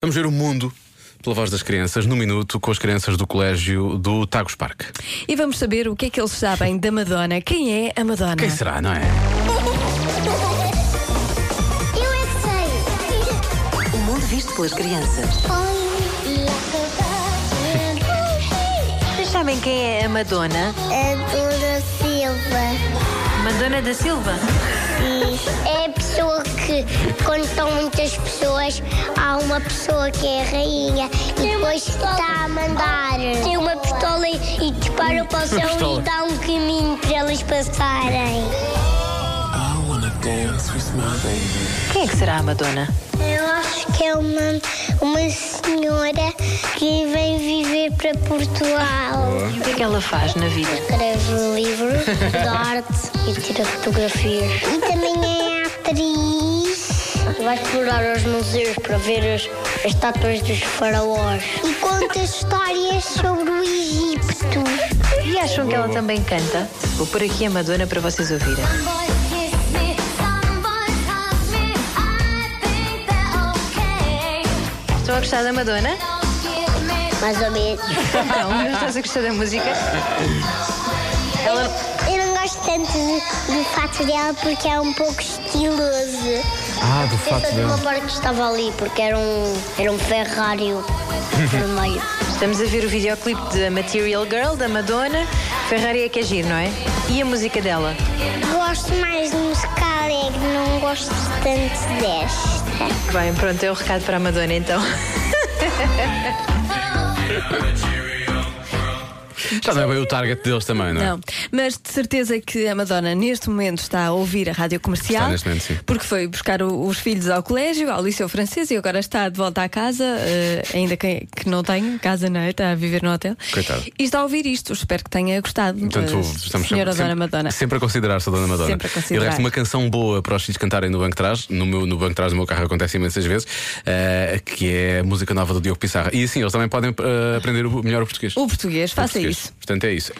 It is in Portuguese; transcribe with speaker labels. Speaker 1: Vamos ver o mundo pela voz das crianças, num minuto, com as crianças do colégio do Tagus Parque.
Speaker 2: E vamos saber o que é que eles sabem da Madonna. Quem é a Madonna?
Speaker 1: Quem será, não é?
Speaker 3: Eu é que sei.
Speaker 4: O mundo visto pelas crianças. Vocês sabem quem é a Madonna?
Speaker 3: É Dora Silva.
Speaker 4: Madonna da Silva?
Speaker 3: É a pessoa que, quando estão muitas pessoas, há uma pessoa que é a rainha e depois está a mandar. Tem uma pistola e, e dispara para o céu
Speaker 1: pistola.
Speaker 3: e dá um caminho para elas passarem.
Speaker 5: I wanna dance with my baby.
Speaker 4: Quem é que será a Madonna?
Speaker 3: Eu acho que é uma, uma senhora que vem viver para Portugal.
Speaker 4: E o que é que ela faz na vida?
Speaker 3: Escreve livros de arte e tira fotografias. E também é atriz. Vai explorar os museus para ver as, as estátuas dos faraós. E conta histórias sobre o Egito.
Speaker 4: E acham que ela também canta? Vou pôr aqui a Madonna para vocês ouvirem. Estão a gostar da Madonna?
Speaker 3: Mais ou menos.
Speaker 4: Não, não estás a gostar da música? Ela...
Speaker 3: Eu não gosto tanto do, do fato dela porque é um pouco estiloso.
Speaker 1: Ah, do
Speaker 3: Eu sou
Speaker 1: fato
Speaker 3: de uma
Speaker 1: dele.
Speaker 3: parte que estava ali porque era um, era um Ferrari vermelho.
Speaker 4: Estamos a ver o videoclipe da Material Girl, da Madonna. Ferrari é que é giro, não é? E a música dela?
Speaker 3: Gosto mais de música alegre, não gosto tanto desta.
Speaker 4: Bem, pronto, é o recado para a Madonna então.
Speaker 1: Já não é bem o target deles também, não é?
Speaker 2: Não, mas de certeza que a Madonna neste momento está a ouvir a rádio comercial.
Speaker 1: Está neste momento, sim.
Speaker 2: Porque foi buscar o- os filhos ao colégio, ao liceu francês e agora está de volta à casa, eh, ainda que, que não tem casa, não é? Está a viver no hotel.
Speaker 1: Coitado.
Speaker 2: E está a ouvir isto, espero que tenha gostado.
Speaker 1: Portanto,
Speaker 2: eh,
Speaker 1: estamos
Speaker 2: senhora
Speaker 1: sempre,
Speaker 2: Dona
Speaker 1: sempre,
Speaker 2: Madonna.
Speaker 1: sempre a considerar-se a Dona Madonna.
Speaker 2: Sempre a
Speaker 1: E
Speaker 2: considerar.
Speaker 1: de resto, uma canção boa para os filhos cantarem no banco de trás, no, meu, no banco de trás do meu carro acontece imensas vezes, eh, que é a música nova do Diogo Pissarra. E assim, eles também podem eh, aprender o- melhor o português.
Speaker 2: O português, Uh, faça
Speaker 1: português.
Speaker 2: isso.
Speaker 1: Portanto, é isso.